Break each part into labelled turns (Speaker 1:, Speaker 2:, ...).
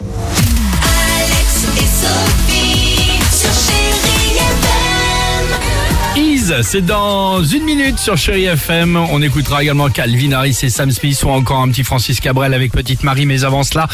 Speaker 1: Alex et Sophie sur Chérie FM.
Speaker 2: Ease, c'est dans une minute sur Chéri FM. On écoutera également Calvin Harris et Sam Smith ou encore un petit Francis Cabrel avec Petite Marie. Mais avant cela,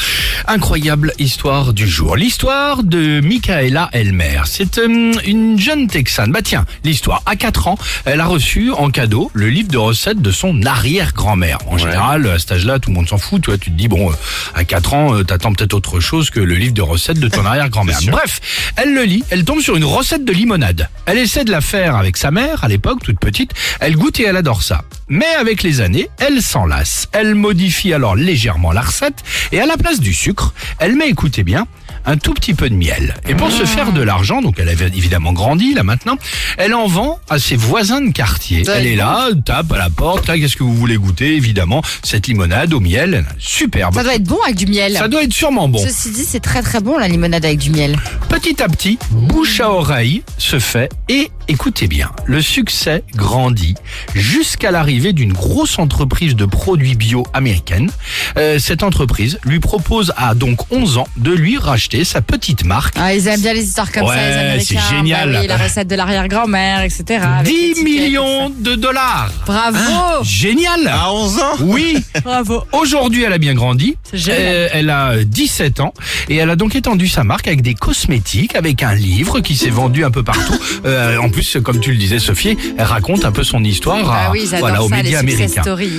Speaker 2: incroyable histoire du jour. L'histoire de Michaela Elmer. C'est euh, une jeune Texane. Bah tiens, l'histoire. À 4 ans, elle a reçu en cadeau le livre de recettes de son arrière-grand-mère. En général, à cet âge-là, tout le monde s'en fout. Tu vois, tu te dis, bon, euh, à 4 ans, euh, t'attends peut-être autre chose que le livre de recettes de ton arrière-grand-mère. Bref, elle le lit, elle tombe sur une recette de limonade. Elle essaie de la faire avec sa mère, à l'époque, toute petite. Elle goûte et elle adore ça. Mais avec les années, elle s'en lasse. Elle modifie alors légèrement la recette et à la place du sucre, elle met, écoutez bien, un tout petit peu de miel. Et pour se faire de l'argent, donc elle avait évidemment grandi là maintenant, elle en vend à ses voisins de quartier. Elle est là, tape à la porte, là, qu'est-ce que vous voulez goûter Évidemment, cette limonade au miel, superbe.
Speaker 3: Ça doit être bon avec du miel.
Speaker 2: Ça doit être sûrement bon.
Speaker 3: Ceci dit, c'est très très bon la limonade avec du miel.
Speaker 2: Petit à petit, bouche à oreille se fait et écoutez bien, le succès grandit jusqu'à l'arrivée d'une grosse entreprise de produits bio américaine. Euh, cette entreprise lui propose à donc 11 ans de lui racheter sa petite marque.
Speaker 3: Ah, ils aiment bien les histoires comme ça, les
Speaker 2: Ouais, c'est
Speaker 3: Américains.
Speaker 2: génial.
Speaker 3: Bah oui, la recette de l'arrière-grand-mère, etc. Ah, avec les
Speaker 2: 10
Speaker 3: tickets,
Speaker 2: millions Ah,
Speaker 3: tout
Speaker 2: de dollars
Speaker 3: ça. Bravo
Speaker 2: Génial
Speaker 4: À 11 ans
Speaker 2: Oui
Speaker 3: Bravo
Speaker 2: Aujourd'hui, elle a bien grandi.
Speaker 3: C'est génial.
Speaker 2: Euh, elle a 17 ans et elle a donc étendu sa marque avec des cosmétiques, avec un livre qui s'est vendu un peu partout. Euh, en plus, comme tu le disais, Sophie, elle raconte un peu son histoire
Speaker 3: Ah
Speaker 2: à-
Speaker 3: oui, j'adore
Speaker 2: voilà, aux
Speaker 3: ça, les
Speaker 2: médias
Speaker 3: success
Speaker 2: américains.
Speaker 3: stories.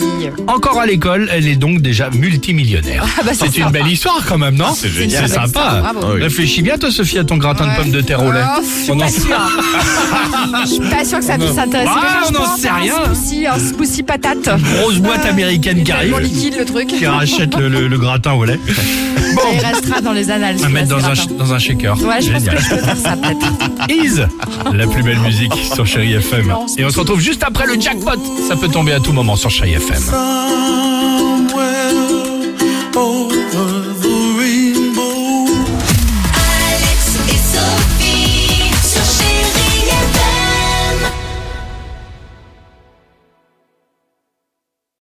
Speaker 2: Encore à l'école, elle est donc déjà multimillionnaire.
Speaker 3: Ah bah, c'est
Speaker 2: c'est une
Speaker 3: sympa. Ah,
Speaker 2: belle histoire quand même, non
Speaker 4: c'est génial.
Speaker 2: C'est
Speaker 3: C'est une
Speaker 2: sympa.
Speaker 3: belle histoire, bravo.
Speaker 2: Réfléchis bien, toi, Sophie, à ton gratin de
Speaker 3: Ouais.
Speaker 2: pommes de terre au lait.
Speaker 3: Oh, je suis
Speaker 2: On en-
Speaker 3: pas sûre. Je suis pas sûre que ça puisse intéresser.
Speaker 2: Ah,
Speaker 3: les gens,
Speaker 2: on
Speaker 3: je
Speaker 2: n'en
Speaker 3: pense,
Speaker 2: sait
Speaker 3: un
Speaker 2: rien.
Speaker 3: smoothie- Un smoothie patate.
Speaker 2: Grosse boîte américaine
Speaker 3: C'est
Speaker 2: qui
Speaker 3: Ah, tellement
Speaker 2: arrive,
Speaker 3: liquide le truc.
Speaker 2: qui rachète le, le- le gratin au lait.
Speaker 3: Il restera dans les annales.
Speaker 2: À mettre dans
Speaker 3: celui-là,
Speaker 2: un,
Speaker 3: ce gratin.
Speaker 2: dans un shaker.
Speaker 3: Ouais, je pense
Speaker 2: Génial.
Speaker 3: que je peux faire ça peut-être.
Speaker 2: Is, la plus belle musique sur Chéri FM. Et on se retrouve juste après le jackpot. Ça peut tomber à tout moment sur Chéri FM.